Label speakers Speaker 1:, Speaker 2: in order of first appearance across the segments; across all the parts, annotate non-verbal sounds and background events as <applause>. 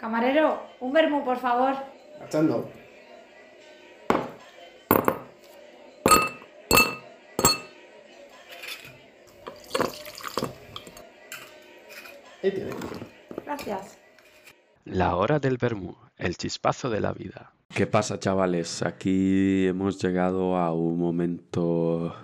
Speaker 1: Camarero, un vermú, por favor.
Speaker 2: Marchando. Ahí tiene.
Speaker 1: Gracias.
Speaker 3: La hora del vermú, el chispazo de la vida.
Speaker 4: ¿Qué pasa, chavales? Aquí hemos llegado a un momento,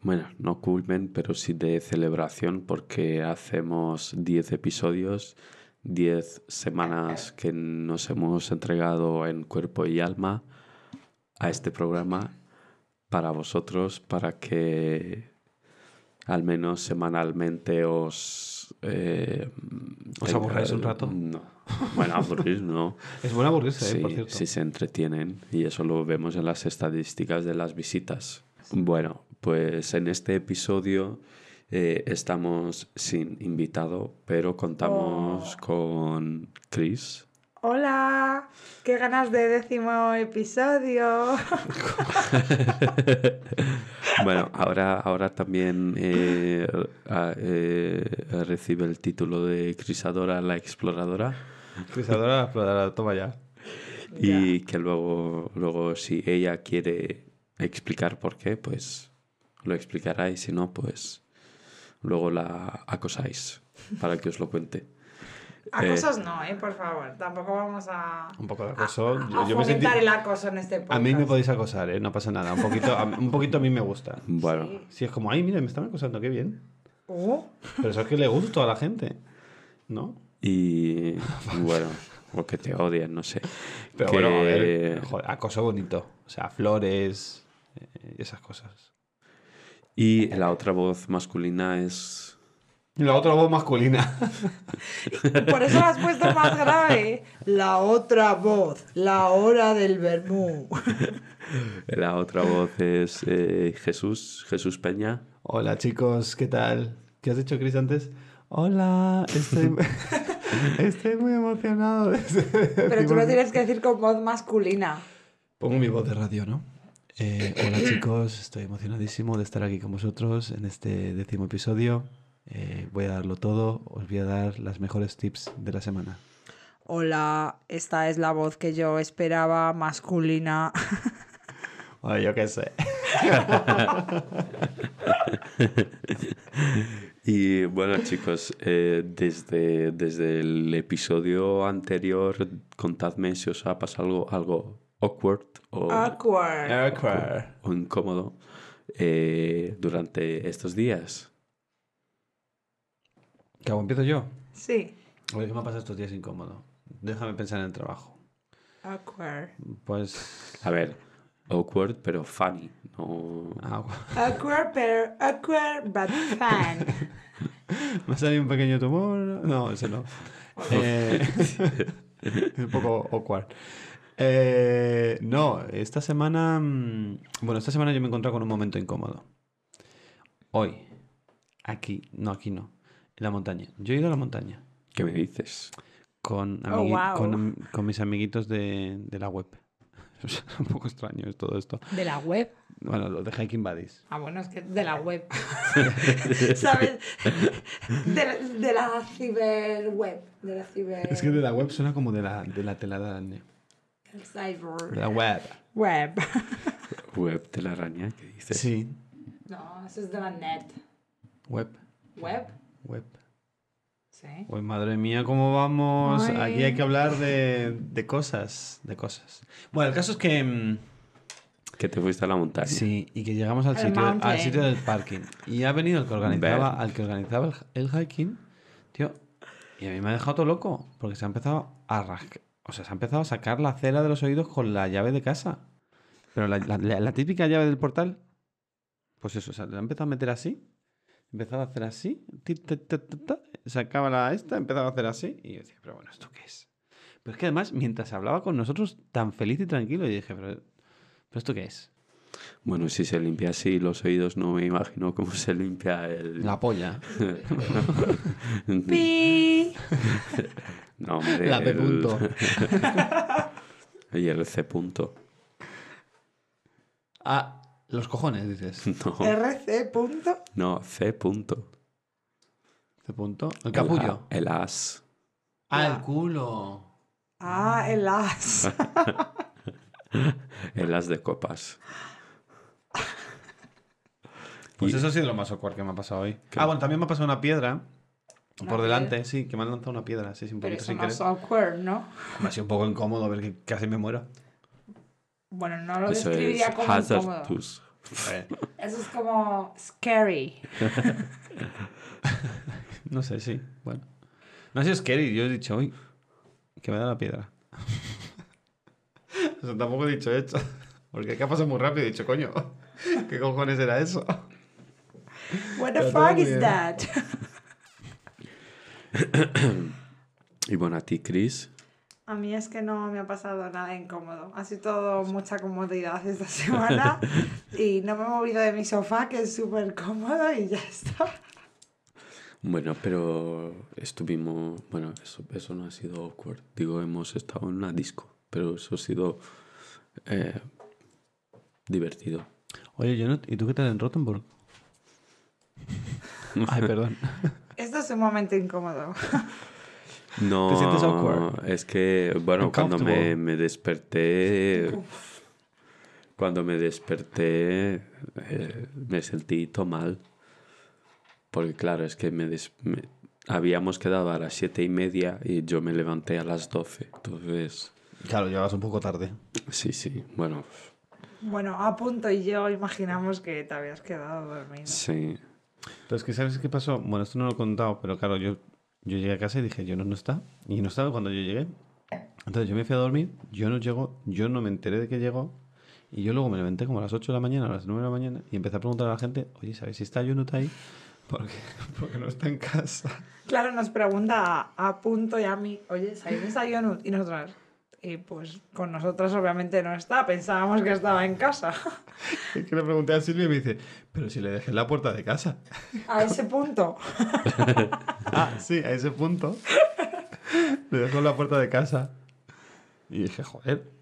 Speaker 4: bueno, no culmen, pero sí de celebración, porque hacemos 10 episodios, 10 semanas que nos hemos entregado en cuerpo y alma a este programa para vosotros, para que al menos semanalmente os... eh,
Speaker 5: ¿Os
Speaker 4: tenga-
Speaker 5: aburráis un rato?
Speaker 4: No. Bueno, aburrir no.
Speaker 5: Es buena aburrirse,
Speaker 4: Sí,
Speaker 5: eh, por cierto.
Speaker 4: sí se entretienen y eso lo vemos en las estadísticas de las visitas. Bueno, pues en este episodio eh, estamos sin invitado, pero
Speaker 5: Oh.
Speaker 4: contamos con Chris.
Speaker 6: Hola, qué ganas de décimo
Speaker 5: <laughs>
Speaker 6: episodio.
Speaker 5: <laughs>
Speaker 4: Bueno, ahora, ahora también eh, a- eh, recibe el título de Crisadora la Exploradora
Speaker 5: Crisadora, exploradora, toma ya.
Speaker 4: y que luego, luego si ella quiere explicar por qué, pues lo explicará y si no, pues luego la acosáis para que os lo cuente.
Speaker 6: A
Speaker 4: Eh.
Speaker 6: cosas no, ¿eh? Por favor, tampoco vamos a,
Speaker 5: Un poco de
Speaker 6: a,
Speaker 5: acoso.
Speaker 6: a-
Speaker 5: Yo-
Speaker 6: a
Speaker 5: yo me sentí-
Speaker 6: fomentar el acoso en este podcast.
Speaker 5: A mí me podéis acosar, ¿eh? No pasa nada. Un poquito a, un poquito a mí me gusta.
Speaker 4: Bueno,
Speaker 5: Si es como, ay, mira, me están acosando, qué bien.
Speaker 6: Uh,
Speaker 5: Pero eso es que le gusto a la gente, ¿no?
Speaker 4: y bueno, o que te odian, no sé.
Speaker 5: Pero
Speaker 4: Que-
Speaker 5: bueno, a ver, joder, acoso bonito. O sea, flores eh, y esas cosas.
Speaker 4: Y la otra voz masculina es...
Speaker 5: Y la otra voz masculina. <laughs>
Speaker 6: por eso lo has puesto más grave. La otra voz, la hora del vermú.
Speaker 4: La otra voz es eh, Jesús, Jesús Peña.
Speaker 5: Hola chicos, ¿qué tal? ¿Qué has dicho, Chris, antes? Hola, estoy, <laughs> estoy muy emocionado. <laughs>
Speaker 6: Pero tú lo tienes que decir con voz masculina.
Speaker 5: Pongo mi voz de radio, ¿no? Eh, <clears throat> hola chicos, estoy emocionadísimo de estar aquí con vosotros en este décimo episodio. Eh, voy a darlo todo, os voy a dar las mejores tips de la semana.
Speaker 6: Hola, esta es la voz que yo esperaba masculina.
Speaker 5: Ay, yo qué sé.
Speaker 4: Y bueno, chicos, eh, desde, desde el episodio anterior, contadme si os ha pasado algo, algo awkward
Speaker 5: Oh.
Speaker 4: o,
Speaker 5: Ah.
Speaker 6: Awkward.
Speaker 4: o incómodo eh, durante estos días.
Speaker 5: ¿Qué hago? ¿Empiezo yo?
Speaker 6: Sí,
Speaker 5: Oye, ¿qué me ha pasado estos días incómodo? Déjame pensar en el trabajo.
Speaker 6: awkward.
Speaker 5: Pues...
Speaker 4: A ver, awkward, pero funny. No...
Speaker 5: Ah,
Speaker 6: Awkward, pero awkward,
Speaker 5: <laughs>
Speaker 6: but fun.
Speaker 5: me ha salido un pequeño tumor. No, eso <laughs> no. Eh, <laughs> es un poco awkward. Eh, no, esta semana. mm, Bueno, esta semana yo me he encontrado con un momento incómodo. Hoy. Aquí. No, aquí no. En la montaña. Yo he ido a la montaña.
Speaker 4: ¿Qué me dices?
Speaker 5: Con,
Speaker 6: Oh,
Speaker 5: amigui-
Speaker 6: wow.
Speaker 5: con, am- con mis amiguitos de, de la web. <laughs> Es un poco extraño es todo esto.
Speaker 1: ¿De la web?
Speaker 5: Bueno, los de Hiking Buddies.
Speaker 1: Ah, bueno, es que de la
Speaker 5: <laughs>
Speaker 1: web.
Speaker 6: ¿Sabes? De, de la ciberweb. De la ciber.
Speaker 5: Es que de la web suena como de la, de la telaraña.
Speaker 6: el cyber-
Speaker 5: De la web.
Speaker 6: Web.
Speaker 4: Web de la araña, ¿qué dices?
Speaker 5: Sí.
Speaker 6: No, eso es de la net.
Speaker 5: Web.
Speaker 6: Web.
Speaker 5: Web.
Speaker 6: Sí.
Speaker 5: Pues madre mía, ¿cómo vamos?
Speaker 1: Ay.
Speaker 5: Aquí hay que hablar de, de cosas, de cosas. Bueno, el caso es que... mm,
Speaker 4: Que te fuiste a la montaña.
Speaker 5: Sí, y que llegamos al
Speaker 6: Al
Speaker 5: sitio, al
Speaker 6: mountain.
Speaker 5: sitio del parking. Y ha venido el que organizaba, al que organizaba el, el hiking, tío. Y a mí me ha dejado todo loco, porque se ha empezado a rascar... O sea, se ha empezado a sacar la cera de los oídos con la llave de casa. Pero la, la- la- la típica llave del portal, pues eso, o sea, la ha empezado a meter así. Empezaba a hacer así, ti, ta, ta, ta, ta, sacaba la esta, empezaba a hacer así, y yo decía, pero bueno, ¿esto qué es? Pero es que además, mientras hablaba con nosotros, tan feliz y tranquilo, y dije, pero, ¿pero ¿esto qué es?
Speaker 4: Bueno, si se limpia así los oídos, no me imagino cómo se limpia el...
Speaker 5: La polla.
Speaker 6: Pi.
Speaker 4: No, hombre,
Speaker 5: La P
Speaker 4: el-
Speaker 5: <laughs> punto.
Speaker 4: <laughs> y el C punto.
Speaker 5: Ah, los cojones, dices.
Speaker 4: No,
Speaker 6: RC. Punto.
Speaker 4: no, C punto.
Speaker 5: Este punto. El
Speaker 4: El
Speaker 5: capullo.
Speaker 4: a- El, as.
Speaker 5: Ah, el culo.
Speaker 6: Ah,
Speaker 5: <laughs>
Speaker 6: el as.
Speaker 4: El as de copas.
Speaker 5: Pues
Speaker 4: Y-
Speaker 5: eso ha sido lo más awkward que me ha pasado hoy.
Speaker 4: ¿Qué?
Speaker 5: Ah, bueno, también me ha pasado una piedra.
Speaker 1: Una
Speaker 5: por delante,
Speaker 1: piedra.
Speaker 5: sí, que me han lanzado una piedra, sí, sin
Speaker 1: Pero
Speaker 5: poquito,
Speaker 1: eso
Speaker 5: sin
Speaker 1: no
Speaker 5: querer.
Speaker 1: es awkward, ¿no?
Speaker 5: Me ha sido un poco incómodo ver que casi me <laughs> muero.
Speaker 1: Bueno, no lo
Speaker 4: Eso es
Speaker 1: describiría como incómodo.
Speaker 4: hazardous.
Speaker 5: Eh,
Speaker 1: Eso es como scary.
Speaker 5: No sé, sí, bueno. No ha sido scary, yo he dicho, uy, que me da la piedra. <laughs> o sea, tampoco he dicho hecho. <laughs> Porque acá pasado muy rápido y he dicho, coño, <laughs> ¿qué cojones era eso?
Speaker 6: What the
Speaker 5: Pero todo
Speaker 6: fuck
Speaker 5: muy
Speaker 6: is
Speaker 5: bien.
Speaker 6: that?
Speaker 4: Y bueno, a ti, Chris.
Speaker 6: A mí es que no me ha pasado nada incómodo. Ha sido todo mucha comodidad esta semana y no me he movido de mi sofá, que es súper cómodo y ya está.
Speaker 4: Bueno, pero estuvimos. Bueno, eso, eso no ha sido awkward. Digo, hemos estado en una disco, pero eso ha sido eh, divertido.
Speaker 5: Oye, yo no, ¿y tú qué tal en <laughs> Rottenburg? Ay, perdón.
Speaker 6: Esto es un momento incómodo.
Speaker 4: No,
Speaker 5: sientes awkward?
Speaker 4: es que, bueno, cuando me,
Speaker 5: Uncomfortable.
Speaker 4: me desperté, cuando me desperté, eh, me sentí todo mal. Porque claro, es que me, des- me- habíamos quedado a las siete y media y yo me levanté a las doce. Entonces,
Speaker 5: Claro, llegabas un poco tarde.
Speaker 4: sí, sí, bueno,
Speaker 6: Bueno, a punto y yo imaginamos que te habías quedado dormido.
Speaker 4: sí.
Speaker 5: Pero es que, ¿sabes qué pasó? Bueno, esto no lo he contado, pero claro, yo, yo llegué a casa y dije, yo no, no está. Y no estaba cuando yo llegué. Entonces yo me fui a dormir, yo no llegó, yo no me enteré de que llegó. Y yo luego me levanté como a las 8 de la mañana, a las 9 de la mañana, y empecé a preguntar a la gente, oye, ¿sabéis si está yo no está ahí? Porque, <laughs> porque no está en casa. <laughs>
Speaker 6: Claro, nos pregunta a, a punto y a mí, oye, ¿sabéis dónde está Yonut? Y nosotras, y pues con nosotras obviamente no está, pensábamos que estaba en casa. <laughs>
Speaker 5: Es que le pregunté a Silvia y me dice, pero si le dejé en la puerta de casa.
Speaker 6: A ese punto.
Speaker 5: Ah, sí, a ese punto. Le dejó en la puerta de casa. Y dije, joder.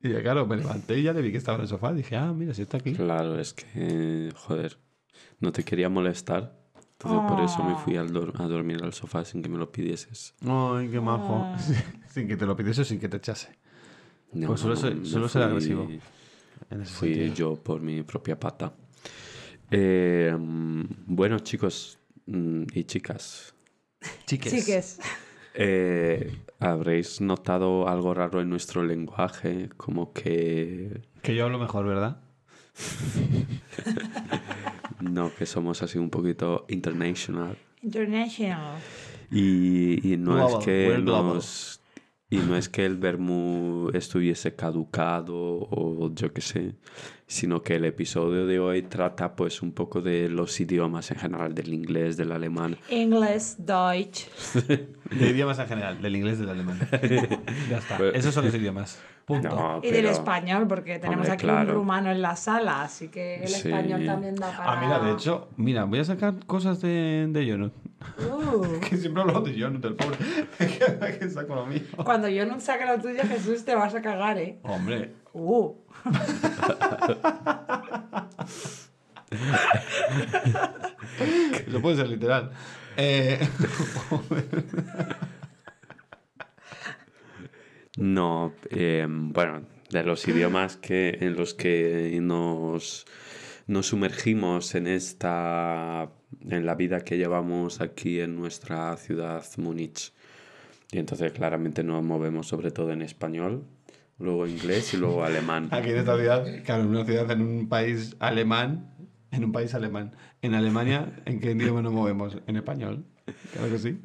Speaker 5: Y ya, claro, me levanté y ya le vi que estaba en el sofá. Dije, ah, mira, si está aquí.
Speaker 4: Claro, es que, joder, no te quería molestar. Entonces, por eso me fui al dor- a dormir al sofá sin que me lo pidieses.
Speaker 5: Ay, qué majo. <laughs> sin que te lo pidiese o sin que te echase.
Speaker 4: No,
Speaker 5: Pues solo soy-
Speaker 4: me
Speaker 5: solo ser
Speaker 4: fui-
Speaker 5: agresivo. En ese
Speaker 4: Fui
Speaker 5: sentido.
Speaker 4: yo por mi propia pata. Eh, mm, bueno, chicos mm, y chicas,
Speaker 5: Chiques.
Speaker 6: Chiques.
Speaker 4: eh, ¿habréis notado algo raro en nuestro lenguaje? Como que...
Speaker 5: Que yo hablo
Speaker 4: <laughs>
Speaker 5: mejor, ¿verdad?
Speaker 4: No, que somos así un poquito international.
Speaker 6: International.
Speaker 4: Y, y no
Speaker 5: Global,
Speaker 4: es que
Speaker 5: we're global.
Speaker 4: nos- y no es que el vermú estuviese caducado o yo qué sé, sino que el episodio de hoy trata pues un poco de los idiomas en general, del inglés, del alemán.
Speaker 6: English, Deutsch.
Speaker 5: De idiomas en general, del inglés,
Speaker 4: <laughs>
Speaker 5: del alemán. ya está.
Speaker 4: Pero-
Speaker 5: Esos son los idiomas. Punto.
Speaker 4: Pues- No,
Speaker 6: Y del
Speaker 4: pero-
Speaker 6: español, porque tenemos
Speaker 4: Hombre,
Speaker 6: aquí
Speaker 4: claro.
Speaker 6: un rumano en la sala, así que el
Speaker 4: Sí.
Speaker 6: español también da para...
Speaker 5: Ah, mira, de hecho, mira, voy a sacar cosas de, de Jonut.
Speaker 6: Uh,
Speaker 5: <laughs> Que siempre hablamos de Jonut, el pobre. <laughs> que, que saco lo mío.
Speaker 6: cuando yo no saque lo tuyo, Jesús, te vas a cagar, ¿eh?
Speaker 5: Hombre,
Speaker 6: Uh.
Speaker 5: <laughs> Eso puede ser literal. Eh, <laughs>
Speaker 4: No, eh, bueno, de los idiomas que, en los que nos, nos sumergimos en esta, en la vida que llevamos aquí en nuestra ciudad Múnich. Y entonces claramente nos movemos sobre todo en español, luego inglés y luego alemán.
Speaker 6: <laughs>
Speaker 5: aquí en esta ciudad, claro, en una ciudad, en un país alemán, en un país alemán. En Alemania, ¿en qué idioma nos movemos? En español. Claro que sí.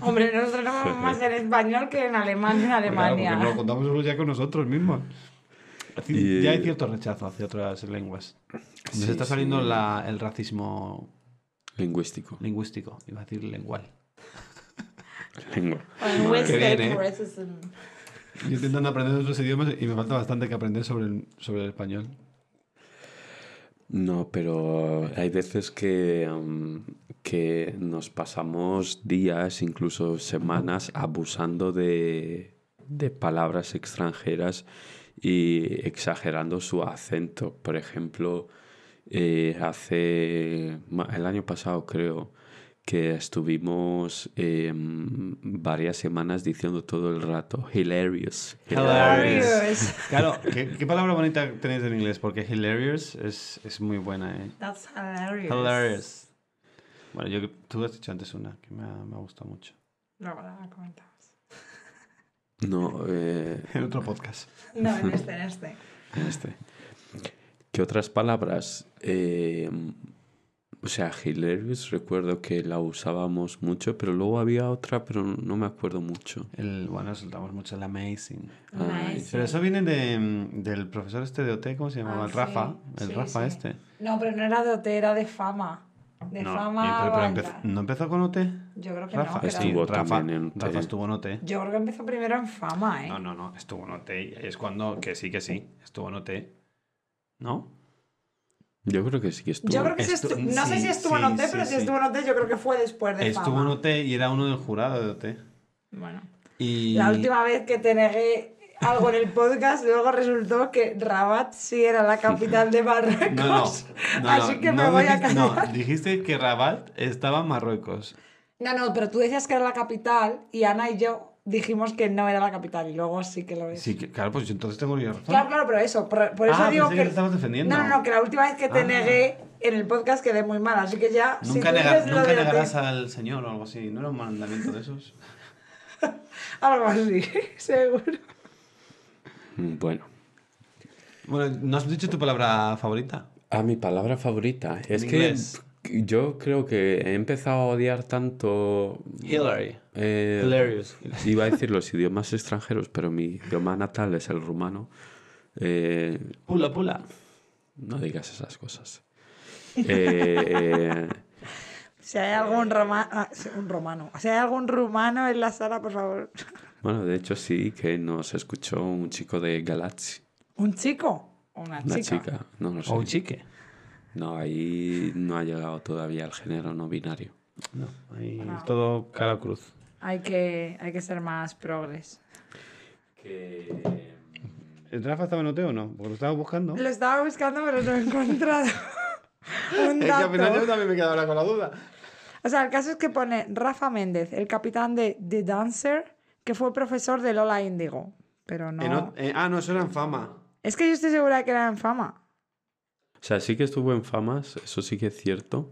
Speaker 6: Hombre, nosotros no vamos más en español que en alemán y en
Speaker 5: Claro, porque
Speaker 6: Alemania.
Speaker 5: nos lo contamos solo ya con nosotros mismos.
Speaker 4: Y,
Speaker 5: ya
Speaker 4: eh,
Speaker 5: hay cierto rechazo hacia otras lenguas. Nos
Speaker 4: Sí,
Speaker 5: está saliendo
Speaker 4: sí.
Speaker 5: la- el racismo
Speaker 4: Lingüístico.
Speaker 5: lingüístico, iba a decir lengual.
Speaker 4: Lengua.
Speaker 6: O en
Speaker 4: Madre
Speaker 5: Qué
Speaker 6: Wednesday,
Speaker 5: bien, ¿eh?
Speaker 6: pues, por eso es un-
Speaker 5: Yo intentando aprender otros idiomas y me falta bastante que aprender sobre el, sobre el español.
Speaker 4: No, pero hay veces que, mm, que nos pasamos días, incluso semanas, abusando de, de palabras extranjeras y exagerando su acento. Por ejemplo, eh, hace ma- el año pasado creo que estuvimos eh, varias semanas diciendo todo el rato, hilarious.
Speaker 6: Hilarious.
Speaker 5: Claro, ¿qué, qué palabra bonita tenéis en inglés, porque hilarious es, es muy buena, ¿eh?
Speaker 6: That's hilarious.
Speaker 5: Hilarious. Bueno, yo, tú has dicho antes una que me ha, me ha gustado mucho.
Speaker 6: Luego la comentamos.
Speaker 4: No, eh,
Speaker 5: <laughs> En otro podcast.
Speaker 6: No, en este, en este.
Speaker 4: en este. ¿Qué otras palabras? Eh, o sea, hilarious recuerdo que la usábamos mucho, pero luego había otra, pero no me acuerdo mucho.
Speaker 5: El, bueno, soltamos mucho el amazing.
Speaker 4: <laughs> Ay,
Speaker 6: Nice.
Speaker 5: Pero eso viene de, mm, del profesor este de OT, ¿cómo se llamaba?
Speaker 6: Ah,
Speaker 5: el Rafa.
Speaker 6: sí,
Speaker 5: El
Speaker 6: sí,
Speaker 5: Rafa
Speaker 6: sí.
Speaker 5: este.
Speaker 6: No, pero no era de OT, era de fama. De
Speaker 5: no,
Speaker 6: fama.
Speaker 5: y- pero- pero
Speaker 6: banda.
Speaker 5: empezó- ¿No empezó con OT?
Speaker 6: Yo creo que
Speaker 5: Rafa
Speaker 6: no. que era-
Speaker 4: Estuvo
Speaker 5: Rafa,
Speaker 4: también en OT.
Speaker 5: Rafa estuvo en OT.
Speaker 6: Yo creo que empezó primero en fama, ¿eh?
Speaker 5: No, no, no, estuvo en OT. y Es cuando, que sí, que sí, estuvo en OT. ¿No?
Speaker 4: Yo creo que sí que estuvo.
Speaker 6: Yo creo que sí
Speaker 5: Estu-
Speaker 6: estu- No sé
Speaker 5: sí,
Speaker 6: si estuvo en
Speaker 5: sí,
Speaker 6: OT, pero
Speaker 5: sí,
Speaker 6: si
Speaker 5: sí.
Speaker 6: estuvo en OT, yo creo que fue después de
Speaker 5: Estuvo
Speaker 6: fama.
Speaker 5: en OT y era uno del jurado de OT.
Speaker 6: Bueno.
Speaker 5: Y...
Speaker 6: La última vez que te negué algo en el podcast, luego resultó que Rabat sí era la capital de
Speaker 5: No, no,
Speaker 6: Marruecos. <laughs>
Speaker 5: no, no,
Speaker 6: Así que me
Speaker 5: no
Speaker 6: voy a
Speaker 5: dijiste- no,
Speaker 6: callar.
Speaker 5: dijiste que Rabat estaba en Marruecos.
Speaker 6: No, no, pero tú decías que era la capital y Ana y yo dijimos que no era la capital y luego sí que lo es.
Speaker 5: Sí, que- claro, pues yo entonces tengo yo razón.
Speaker 6: Claro, claro, pero eso, por, por eso
Speaker 5: Ah,
Speaker 6: digo
Speaker 5: pensé que
Speaker 6: que...
Speaker 5: te estabas defendiendo.
Speaker 6: No, no, no, que la última vez que te
Speaker 5: Ah.
Speaker 6: negué en el podcast quedé muy mal, así que ya... si
Speaker 5: Nunca,
Speaker 6: tú
Speaker 5: nega-
Speaker 6: dices lo
Speaker 5: nunca
Speaker 6: de la
Speaker 5: negarás
Speaker 6: te-
Speaker 5: al Señor o algo así. ¿No era un mandamiento de esos?
Speaker 6: Algo así, <laughs> seguro.
Speaker 4: Mm, Bueno.
Speaker 5: Bueno, ¿no has dicho tu palabra favorita?
Speaker 4: Ah, mi palabra favorita. Es que
Speaker 5: inglés.
Speaker 4: yo creo que he empezado a odiar tanto.
Speaker 5: Hillary.
Speaker 4: eh,
Speaker 5: Hilarious.
Speaker 4: Iba a decir los idiomas extranjeros, pero mi idioma natal es el rumano. Eh,
Speaker 5: Pula, pula.
Speaker 4: no digas esas
Speaker 6: <laughs>
Speaker 4: cosas. Eh, eh,
Speaker 6: Si hay algún, roma- ah, sí, un romano, si hay algún rumano en la sala, por favor. <laughs>
Speaker 4: bueno, de hecho sí que nos escuchó un chico de Galazzi,
Speaker 6: ¿Un chico?
Speaker 1: Una
Speaker 4: una
Speaker 1: chica.
Speaker 4: chica, no lo sé.
Speaker 5: chique.
Speaker 4: No, ahí no ha llegado todavía el género no binario.
Speaker 5: No, ahí es todo cara cruz.
Speaker 1: Hay que, hay que ser más progres.
Speaker 5: ¿El Rafa estaba en OT o no? Porque lo estaba buscando.
Speaker 6: Lo estaba buscando, pero no he
Speaker 4: <laughs>
Speaker 6: encontrado un
Speaker 5: Es que al final
Speaker 6: dato.
Speaker 5: yo también me he quedado ahora con la duda.
Speaker 6: O sea, el caso es que pone Rafa Méndez, el capitán de The Dancer, que fue profesor de Lola Índigo. Pero no.
Speaker 5: En o- eh, ah, no, eso era en fama.
Speaker 6: Es que yo estoy segura de que era en fama.
Speaker 4: O sea, sí que estuvo en famas, eso sí que es cierto.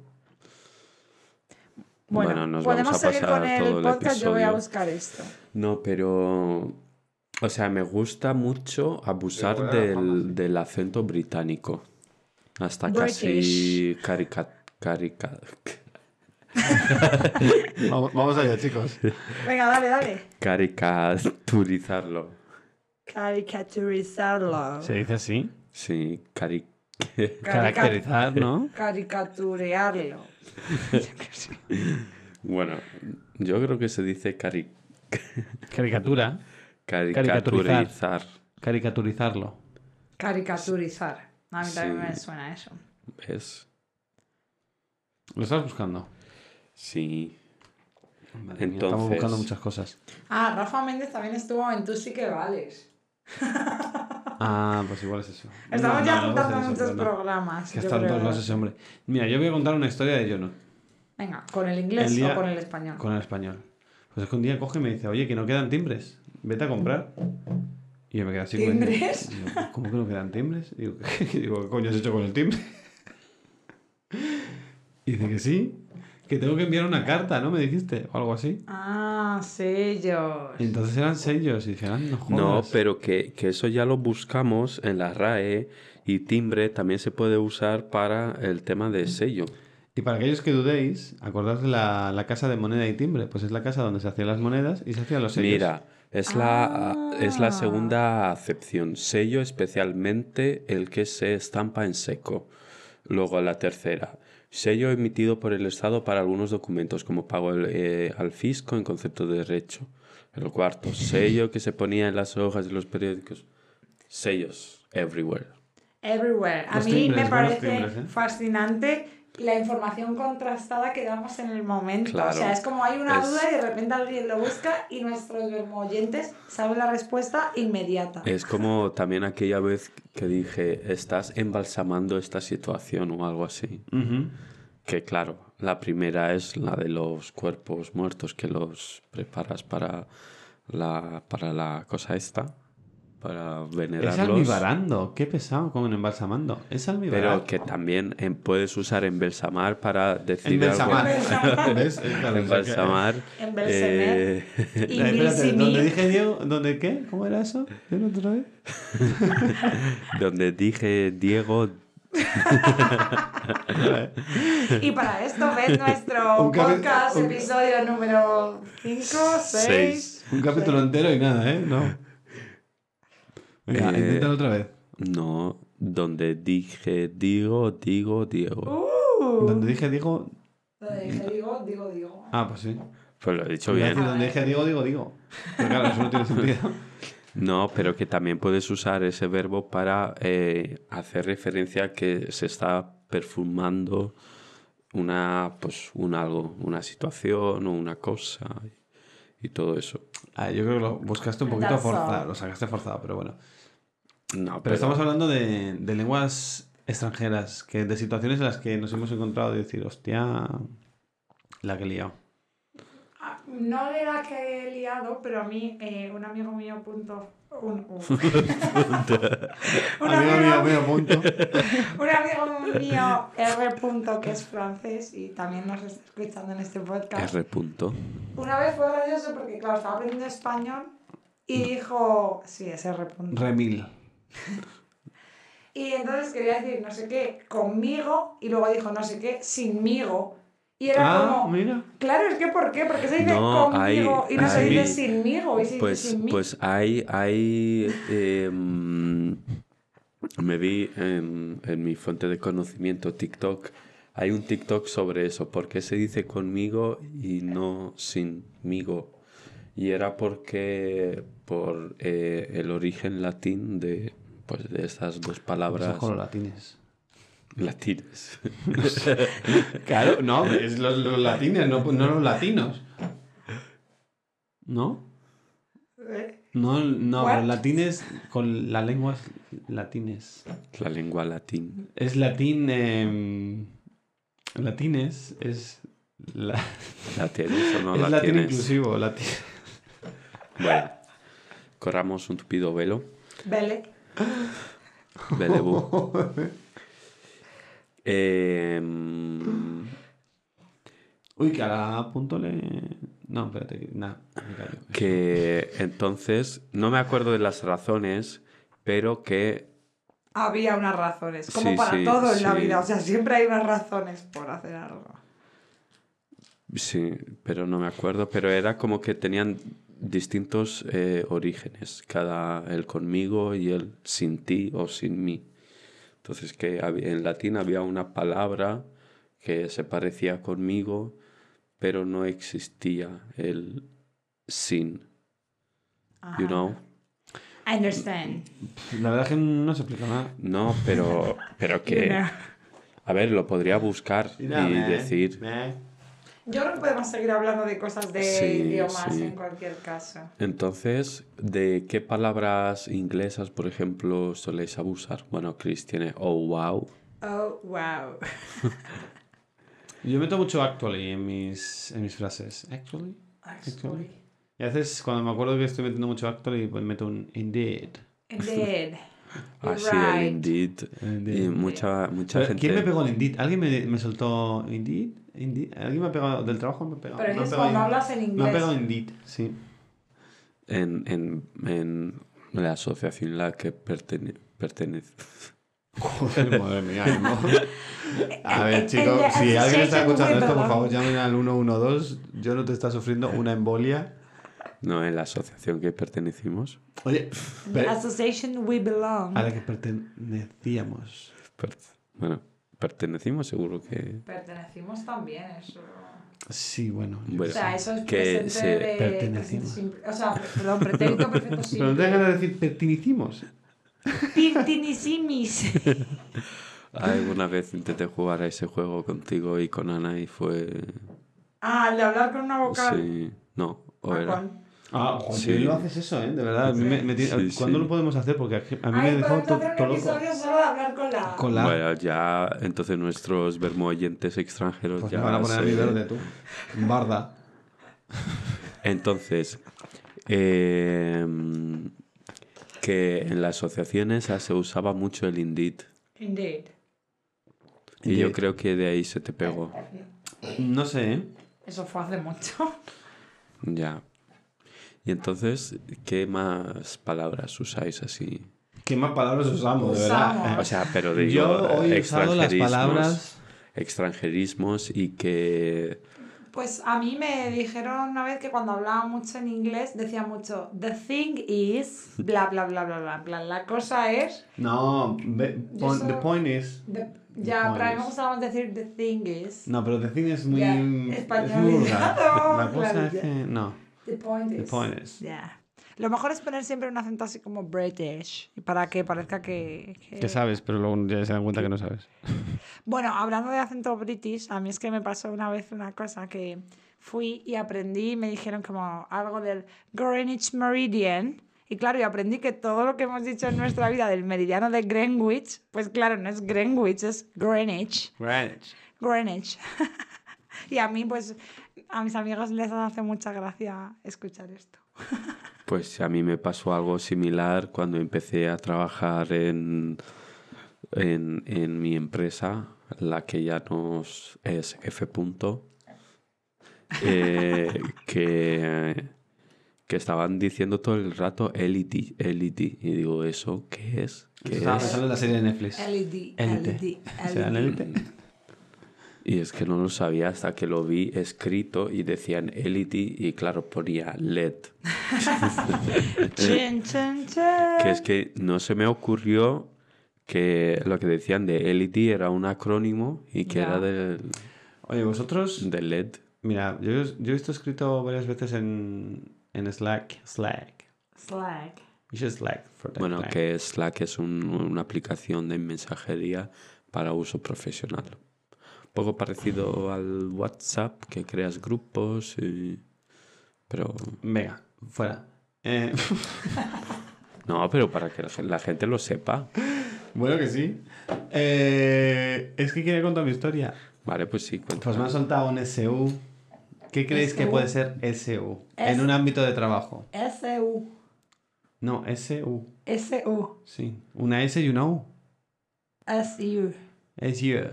Speaker 6: Bueno,
Speaker 4: Bueno, nos vamos
Speaker 6: podemos
Speaker 4: a
Speaker 6: seguir
Speaker 4: pasar
Speaker 6: con el
Speaker 4: todo el
Speaker 6: podcast, yo voy a
Speaker 4: episodio.
Speaker 6: buscar esto.
Speaker 4: No, pero... O sea, me gusta mucho abusar
Speaker 5: Pero era la fama,
Speaker 4: del, del acento británico. Hasta casi carica, carica-
Speaker 5: Vamos, vamos allá, chicos.
Speaker 6: Venga, dale, dale.
Speaker 4: caricaturizarlo.
Speaker 6: Caricaturizarlo.
Speaker 5: Se dice así.
Speaker 4: Sí, cari...
Speaker 6: Carica-
Speaker 5: Caracterizar, ¿no?
Speaker 6: Caricaturearlo.
Speaker 4: Bueno, yo creo que se dice cari...
Speaker 5: Caricatura. Caricaturizar.
Speaker 4: caricaturizar.
Speaker 5: Caricaturizarlo.
Speaker 1: Caricaturizar. A mí también
Speaker 4: Sí.
Speaker 1: me suena eso.
Speaker 4: ¿Ves?
Speaker 5: ¿Lo estás buscando?
Speaker 4: Sí.
Speaker 5: Madre
Speaker 4: Entonces-
Speaker 5: mía, estamos buscando muchas cosas.
Speaker 1: Ah, Rafa Méndez también estuvo en Tú sí que vales.
Speaker 5: Ah, pues igual es eso.
Speaker 6: Estamos
Speaker 5: No,
Speaker 6: ya
Speaker 5: no, no,
Speaker 6: juntando
Speaker 5: no, no,
Speaker 6: muchos
Speaker 5: no.
Speaker 6: programas.
Speaker 5: Es que
Speaker 6: yo
Speaker 5: están
Speaker 6: creo. ¿eh?
Speaker 5: todos los ese hombre. Mira, yo voy a contar una historia de Jono
Speaker 1: Venga, ¿con el inglés
Speaker 5: El día-
Speaker 1: o con el español?
Speaker 5: con el español. Pues es que un día coge y me dice, oye, que no quedan timbres, vete a comprar. Y yo me quedé así. como diciendo,
Speaker 1: ¿Timbres?
Speaker 5: <laughs> digo, ¿Cómo que no quedan timbres? Digo, <laughs> ¿qué, digo, ¿qué coño has hecho con el timbre? Y dice que sí, que tengo que enviar una carta, ¿no? Me dijiste, o algo así.
Speaker 1: Ah, sellos.
Speaker 5: Y entonces eran sellos y dijeron, no jodas.
Speaker 4: No, pero que, que eso ya lo buscamos en la RAE y timbre también se puede usar para el tema de sello.
Speaker 5: Y para aquellos que dudéis, acordad de la, la casa de moneda y timbre. Pues es la casa donde se hacían las monedas y se hacían los sellos.
Speaker 4: Mira, es la,
Speaker 1: Ah.
Speaker 4: es la segunda acepción. Sello especialmente el que se estampa en seco. Luego la tercera. Sello emitido por el Estado para algunos documentos, como pago el- eh, al fisco en concepto de derecho. El cuarto, sello que se ponía en las hojas de los periódicos. Sellos, everywhere.
Speaker 1: Everywhere.
Speaker 6: A
Speaker 5: Los
Speaker 6: mí
Speaker 5: timbres, buenos
Speaker 6: me parece
Speaker 5: timbres, ¿eh?
Speaker 6: fascinante la información contrastada que damos en el momento.
Speaker 4: Claro.
Speaker 6: O sea, es como hay una
Speaker 4: Es-
Speaker 6: duda y de repente alguien lo busca y nuestros vermoyentes saben la respuesta inmediata.
Speaker 4: Es como también aquella vez que dije, estás embalsamando esta situación o algo así.
Speaker 5: Ujú.
Speaker 4: Que claro, La primera es la de los cuerpos muertos que los preparas para la, para la cosa esta, para venerarlos.
Speaker 5: Es almibarando, qué pesado con embalsamando. Es
Speaker 4: Pero
Speaker 5: almibarando.
Speaker 4: que también eh, puedes usar embalsamar para decir
Speaker 5: Embalsamar.
Speaker 4: algo.
Speaker 5: ¿Ves? Es claro, o sea que-
Speaker 4: Embalsamar.
Speaker 6: Embalsemer.
Speaker 4: eh, <laughs>
Speaker 5: Eh, espérate, ¿Dónde
Speaker 6: Ingrisimir.
Speaker 5: dije Diego? ¿Dónde qué? ¿Cómo era eso? ¿Dilo otra vez?
Speaker 4: donde dije Diego
Speaker 6: Y para esto ves
Speaker 5: <laughs>
Speaker 6: nuestro
Speaker 5: Un cabe-
Speaker 6: podcast, episodio número 5, 6.
Speaker 4: seis.
Speaker 5: Un capítulo entero y nada, ¿eh? No. Venga,
Speaker 4: Eh,
Speaker 5: inténtalo otra vez.
Speaker 4: No, donde dije Diego, Diego, Diego.
Speaker 5: Donde dije Diego.
Speaker 6: Digo, digo, digo.
Speaker 5: Ah, pues sí.
Speaker 4: Pues lo he dicho
Speaker 5: Iba a
Speaker 4: bien.
Speaker 5: decir, Donde dije Diego, digo, digo. Pero claro, eso no tiene sentido.
Speaker 4: No, pero que también puedes usar ese verbo para eh, hacer referencia a que se está perfumando una, pues, un algo, una situación o una cosa y, y todo eso.
Speaker 5: <laughs> Ah, yo creo que lo buscaste un poquito
Speaker 6: That's
Speaker 5: forzado,
Speaker 6: all.
Speaker 5: lo sacaste forzado, pero bueno.
Speaker 4: No,
Speaker 5: Pero estamos hablando de, de lenguas extranjeras, que de situaciones en las que nos hemos encontrado y decir, hostia, la que he liado.
Speaker 6: Ah, No de la que he liado, pero a mí eh, un amigo mío punto... Un,
Speaker 5: <laughs>
Speaker 6: un- <laughs> un
Speaker 5: Amigo mío, mío, punto.
Speaker 6: Un amigo mío, R. punto, que es francés y también nos está escuchando en este podcast.
Speaker 4: R punto.
Speaker 6: Una vez fue gracioso porque, claro, estaba aprendiendo español
Speaker 4: Mm.
Speaker 6: y dijo. Sí, es R. punto.
Speaker 5: Remil.
Speaker 6: Y entonces quería decir no sé qué conmigo y luego dijo no sé qué sinmigo. Y era
Speaker 5: Ah,
Speaker 6: como.
Speaker 5: mira.
Speaker 6: Claro, es que ¿por qué? Porque se dice
Speaker 4: No,
Speaker 6: conmigo
Speaker 4: hay-
Speaker 6: y no se
Speaker 5: hay-
Speaker 6: dice sinmigo. Y se dice
Speaker 4: Pues,
Speaker 6: sin mí.
Speaker 4: pues hay, hay em, me vi em, en mi fuente de conocimiento TikTok, hay un TikTok sobre eso, porque se dice conmigo y no sinmigo. Y era porque por eh, el origen latín de, pues, de estas dos
Speaker 5: Esos
Speaker 4: palabras
Speaker 5: coloratines.
Speaker 4: latinas.
Speaker 5: Claro, no, es los, los latines, no, no los latinos. ¿No?
Speaker 6: ¿Eh?
Speaker 5: No, no,
Speaker 6: What?
Speaker 5: los latines con las lenguas latines.
Speaker 4: <laughs> La lengua latín.
Speaker 5: Es latín. em, latines es. la-
Speaker 4: ¿La tienes o no
Speaker 5: es
Speaker 4: la
Speaker 5: latín
Speaker 4: tienes?
Speaker 5: inclusivo, latín.
Speaker 4: Bueno, corramos un tupido velo.
Speaker 6: Vele.
Speaker 4: Belebú. Em,
Speaker 5: Uy, que a la punto le. No, espérate, que- nah, me callo.
Speaker 4: que entonces, no me acuerdo de las razones, pero que
Speaker 6: Había unas razones, como
Speaker 4: Sí,
Speaker 6: para
Speaker 4: sí,
Speaker 6: todo en la
Speaker 4: sí.
Speaker 6: vida. O sea, siempre hay unas razones por hacer algo.
Speaker 4: sí, pero no me acuerdo, pero era como que tenían distintos eh, orígenes, cada el conmigo y el sin ti o sin mí. Entonces que hab- en latín había una palabra que se parecía conmigo, pero no existía el sin,
Speaker 6: Ah.
Speaker 4: you know.
Speaker 1: I understand.
Speaker 5: La verdad es que no se explica nada.
Speaker 4: No, pero, pero que... A ver, lo podría buscar y
Speaker 5: eh.
Speaker 4: decir...
Speaker 6: Yo creo que podemos seguir hablando de cosas de
Speaker 4: Sí,
Speaker 6: idiomas
Speaker 4: sí.
Speaker 6: en cualquier caso.
Speaker 4: Entonces, ¿de qué palabras inglesas, por ejemplo, soléis abusar? Bueno, Chris tiene oh wow.
Speaker 6: Oh, wow.
Speaker 5: Yo meto mucho actually en mis, en mis frases. Actually. Actually. Y a veces cuando me acuerdo que estoy metiendo mucho actually, pues meto un indeed.
Speaker 4: <laughs>
Speaker 6: Indeed. You're
Speaker 4: Así el
Speaker 6: right.
Speaker 4: indeed.
Speaker 5: Indeed.
Speaker 4: Y mucha, mucha
Speaker 5: Pero,
Speaker 4: gente.
Speaker 5: ¿Quién me pegó el Indeed? ¿Alguien me, me soltó Indeed? Indeed? ¿Alguien me ha pegado del trabajo? Me ha pegado,
Speaker 6: Pero
Speaker 5: me ha
Speaker 6: es
Speaker 5: pegado
Speaker 6: cuando
Speaker 5: Indeed.
Speaker 6: hablas en
Speaker 5: Me ha pegado
Speaker 6: inglés.
Speaker 5: Indeed, sí.
Speaker 4: En, en, en la asociación a la que pertene- pertenece.
Speaker 5: Joder, madre mía. ¿no? A ver,
Speaker 6: en
Speaker 5: chicos,
Speaker 6: la
Speaker 5: si alguien está
Speaker 6: association
Speaker 5: escuchando esto, por
Speaker 6: with-
Speaker 5: favor, llamen al 112. Yo no te está sufriendo una embolia.
Speaker 4: No, en la asociación que pertenecimos.
Speaker 5: Oye, pe-
Speaker 6: Association we belong.
Speaker 5: a la que pertenecíamos.
Speaker 4: Per- bueno, pertenecimos seguro que...
Speaker 6: Pertenecimos también, eso.
Speaker 5: Sí, bueno. yo
Speaker 4: Bueno.
Speaker 6: o sea, eso es
Speaker 4: Pues que
Speaker 6: presente
Speaker 4: se-
Speaker 6: de...
Speaker 5: Pertenecimos.
Speaker 6: simple- O sea, perdón, pretérito perfecto
Speaker 5: Pero no
Speaker 6: simple.
Speaker 5: te ganas de decir pertenecimos. <laughs>
Speaker 6: Pertenecimos.
Speaker 4: Alguna vez intenté jugar a ese juego contigo y con Ana y fue...
Speaker 6: Ah, el de hablar con una vocal.
Speaker 4: Sí, no, o
Speaker 6: Ah,
Speaker 4: era...
Speaker 6: ¿cuál?
Speaker 5: Ah, Juan,
Speaker 4: Sí.
Speaker 5: no haces eso, ¿eh? De verdad. a mí me- me tiene-
Speaker 4: Sí,
Speaker 5: ¿Cuándo
Speaker 4: sí.
Speaker 5: lo podemos hacer? Porque a a mí me ha
Speaker 6: Ay,
Speaker 5: dejado
Speaker 6: podemos
Speaker 5: todo
Speaker 6: hacer
Speaker 5: todo
Speaker 6: un
Speaker 5: loco.
Speaker 6: episodio solo de hablar con la...
Speaker 5: Con la...
Speaker 4: Bueno, ya entonces nuestros vermoyentes extranjeros
Speaker 5: pues me
Speaker 4: ya
Speaker 5: van a poner a
Speaker 4: se-
Speaker 5: mí verde, tú. Barda.
Speaker 4: Entonces, eh, que en las asociaciones ah, se usaba mucho el Indeed.
Speaker 6: Indeed.
Speaker 4: Y yo
Speaker 5: Indeed.
Speaker 4: creo que de ahí se te pegó.
Speaker 5: No sé, ¿eh?
Speaker 6: Eso fue hace mucho.
Speaker 4: Ya. Y entonces, ¿qué más palabras usáis así?
Speaker 5: ¿Qué más palabras usamos, de verdad?
Speaker 6: Usamos.
Speaker 4: O sea, pero digo,
Speaker 5: Ah, Yo hoy he usado las
Speaker 4: extranjerismos,
Speaker 5: palabras...
Speaker 4: extranjerismos y que
Speaker 6: Pues a mí me dijeron una vez que cuando hablaba mucho en inglés decía mucho The thing is bla bla bla bla bla bla. La cosa es...
Speaker 5: No, ve-
Speaker 6: Yo
Speaker 5: pon-
Speaker 6: solo-
Speaker 5: the point is...
Speaker 6: the- Ya, pero a mí me
Speaker 5: Pues-
Speaker 6: gustaba más decir The thing is.
Speaker 5: No, pero the thing es muy...
Speaker 6: Ya,
Speaker 5: es muy vulgar.
Speaker 6: españolizado,
Speaker 5: La
Speaker 6: <laughs>
Speaker 5: cosa
Speaker 6: claro,
Speaker 5: es
Speaker 6: ya.
Speaker 5: que... No.
Speaker 6: The point
Speaker 5: The point is.
Speaker 6: Ya. Lo mejor es poner siempre un acento así como British y para que parezca que... que-
Speaker 5: Que sabes, pero luego ya se dan cuenta que no sabes.
Speaker 6: Bueno, hablando de acento british, a mí es que me pasó una vez una cosa que fui y aprendí y me dijeron como algo del Greenwich Meridian. Y claro, yo aprendí que todo lo que hemos dicho en nuestra vida del meridiano de Greenwich, pues claro, no es Greenwich, es Greenwich.
Speaker 5: Greenwich.
Speaker 6: Greenwich. <laughs> y a mí, pues, a mis amigos les hace mucha gracia escuchar esto.
Speaker 4: Pues a mí me pasó algo similar cuando empecé a trabajar en, en, en mi empresa, la que ya nos es F. Punto,
Speaker 5: <laughs>
Speaker 4: eh, que, que estaban diciendo todo el rato Elity, Elity. Y digo, ¿eso qué es? ¿Qué
Speaker 5: Estaba
Speaker 4: es?
Speaker 5: pensando en la serie de Netflix.
Speaker 6: LED,
Speaker 5: Élite. O sea, en élite.
Speaker 4: Y es que no lo sabía hasta que lo vi escrito y decían Elity y claro, ponía E <laughs>
Speaker 5: <laughs>
Speaker 4: LED.
Speaker 6: Chin, chin, chin.
Speaker 4: Que es que no se me ocurrió que lo que decían de Elity era un acrónimo y que
Speaker 6: Ya.
Speaker 4: era del,
Speaker 5: Oye, vosotros...
Speaker 4: del E LED.
Speaker 5: Mira, yo, yo he visto escrito varias veces en, en Slack. Slack.
Speaker 6: Slack.
Speaker 5: We should Slack for that
Speaker 4: Bueno,
Speaker 5: time.
Speaker 4: que Slack es un- una aplicación de mensajería para uso profesional. Poco parecido al WhatsApp, que creas grupos y... Pero...
Speaker 5: Venga, fuera. Eh, <laughs>
Speaker 4: No, pero para que la gen- la gente lo sepa.
Speaker 5: bueno que sí. Eh, es que quería contar mi historia.
Speaker 4: Vale, pues sí, cuenta.
Speaker 5: Pues me han soltado un SU. ¿Qué creéis que
Speaker 6: SU?
Speaker 5: puede ser SU?
Speaker 6: S-
Speaker 5: En un ámbito de trabajo.
Speaker 6: S-U.
Speaker 5: No, SU.
Speaker 6: S-U.
Speaker 5: Sí. Una S y una U.
Speaker 6: S-U.
Speaker 5: SU.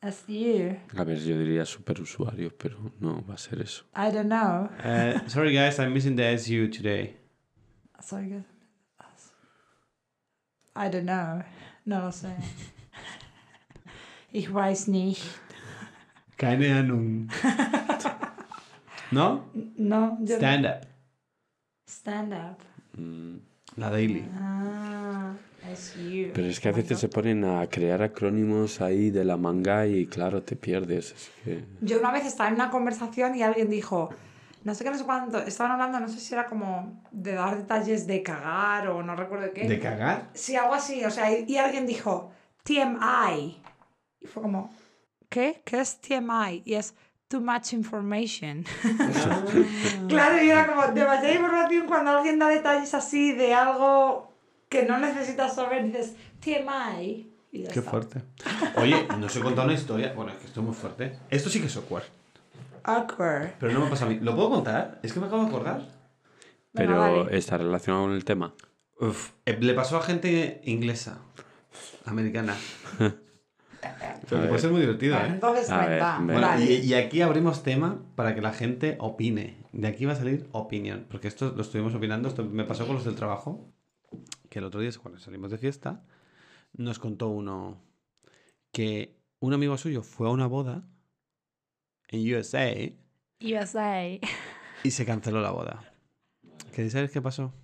Speaker 6: S-U.
Speaker 4: A ver, yo diría superusuario, pero no va a ser eso.
Speaker 6: I don't know.
Speaker 5: Eh, sorry guys, I'm missing the SU today.
Speaker 6: Sorry, guys. I don't know. No lo sé. Ich weiß nicht.
Speaker 5: Keine Ahnung. ¿No?
Speaker 6: No, yo...
Speaker 5: Stand up.
Speaker 6: Stand up.
Speaker 4: Mm.
Speaker 5: La daily.
Speaker 6: Ah, S-U.
Speaker 4: Pero es que a veces se ponen a crear acrónimos ahí de la manga y claro, te pierdes. es que-
Speaker 6: Yo una vez estaba en una conversación y alguien dijo, no sé qué, no sé cuánto, estaban hablando, no sé si era como de dar detalles de cagar o no recuerdo de qué.
Speaker 5: ¿De cagar?
Speaker 6: sí, algo así, o sea, y, y alguien dijo, TMI. Y fue como, ¿qué? ¿Qué es TMI? Y es too much information.
Speaker 5: Ah.
Speaker 6: <laughs> claro, y era como demasiada información cuando alguien da detalles así de algo que no necesitas saber, dices, TMI. Y ya
Speaker 5: Qué
Speaker 6: está.
Speaker 5: fuerte. Oye, no os he contado una historia. Bueno, es que esto es muy fuerte. Esto sí que es awkward.
Speaker 6: Awkward.
Speaker 5: Pero no me pasa a mí. ¿Lo puedo contar? Es que me acabo de acordar.
Speaker 6: Venga,
Speaker 4: Pero
Speaker 6: dale.
Speaker 4: está relacionado con el tema.
Speaker 5: Uf, eh, le pasó a gente inglesa, americana. Pero que puede ser muy divertido,
Speaker 6: Vale,
Speaker 5: ¿eh?
Speaker 6: entonces
Speaker 4: A ver,
Speaker 6: cuenta.
Speaker 4: venga.
Speaker 5: Bueno,
Speaker 6: Vale.
Speaker 5: y, y aquí abrimos tema para que la gente opine. De aquí va a salir opinión, porque esto lo estuvimos opinando, esto me pasó con los del trabajo, que el otro día cuando salimos de fiesta, nos contó uno que un amigo suyo fue a una boda en USA y
Speaker 1: USA.
Speaker 5: se canceló la boda. ¿Queréis saber qué pasó?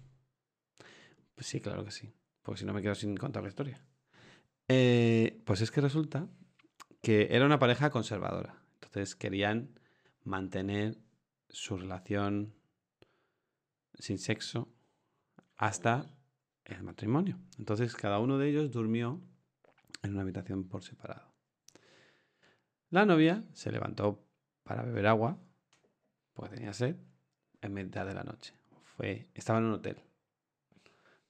Speaker 5: Pues sí, claro que sí. Porque si no me quedo sin contar la historia. Eh, pues es que resulta que era una pareja conservadora. Entonces querían mantener su relación sin sexo hasta el matrimonio. Entonces cada uno de ellos durmió en una habitación por separado. La novia se levantó para beber agua, pues tenía sed, en mitad de la noche. fue. Estaba en un hotel.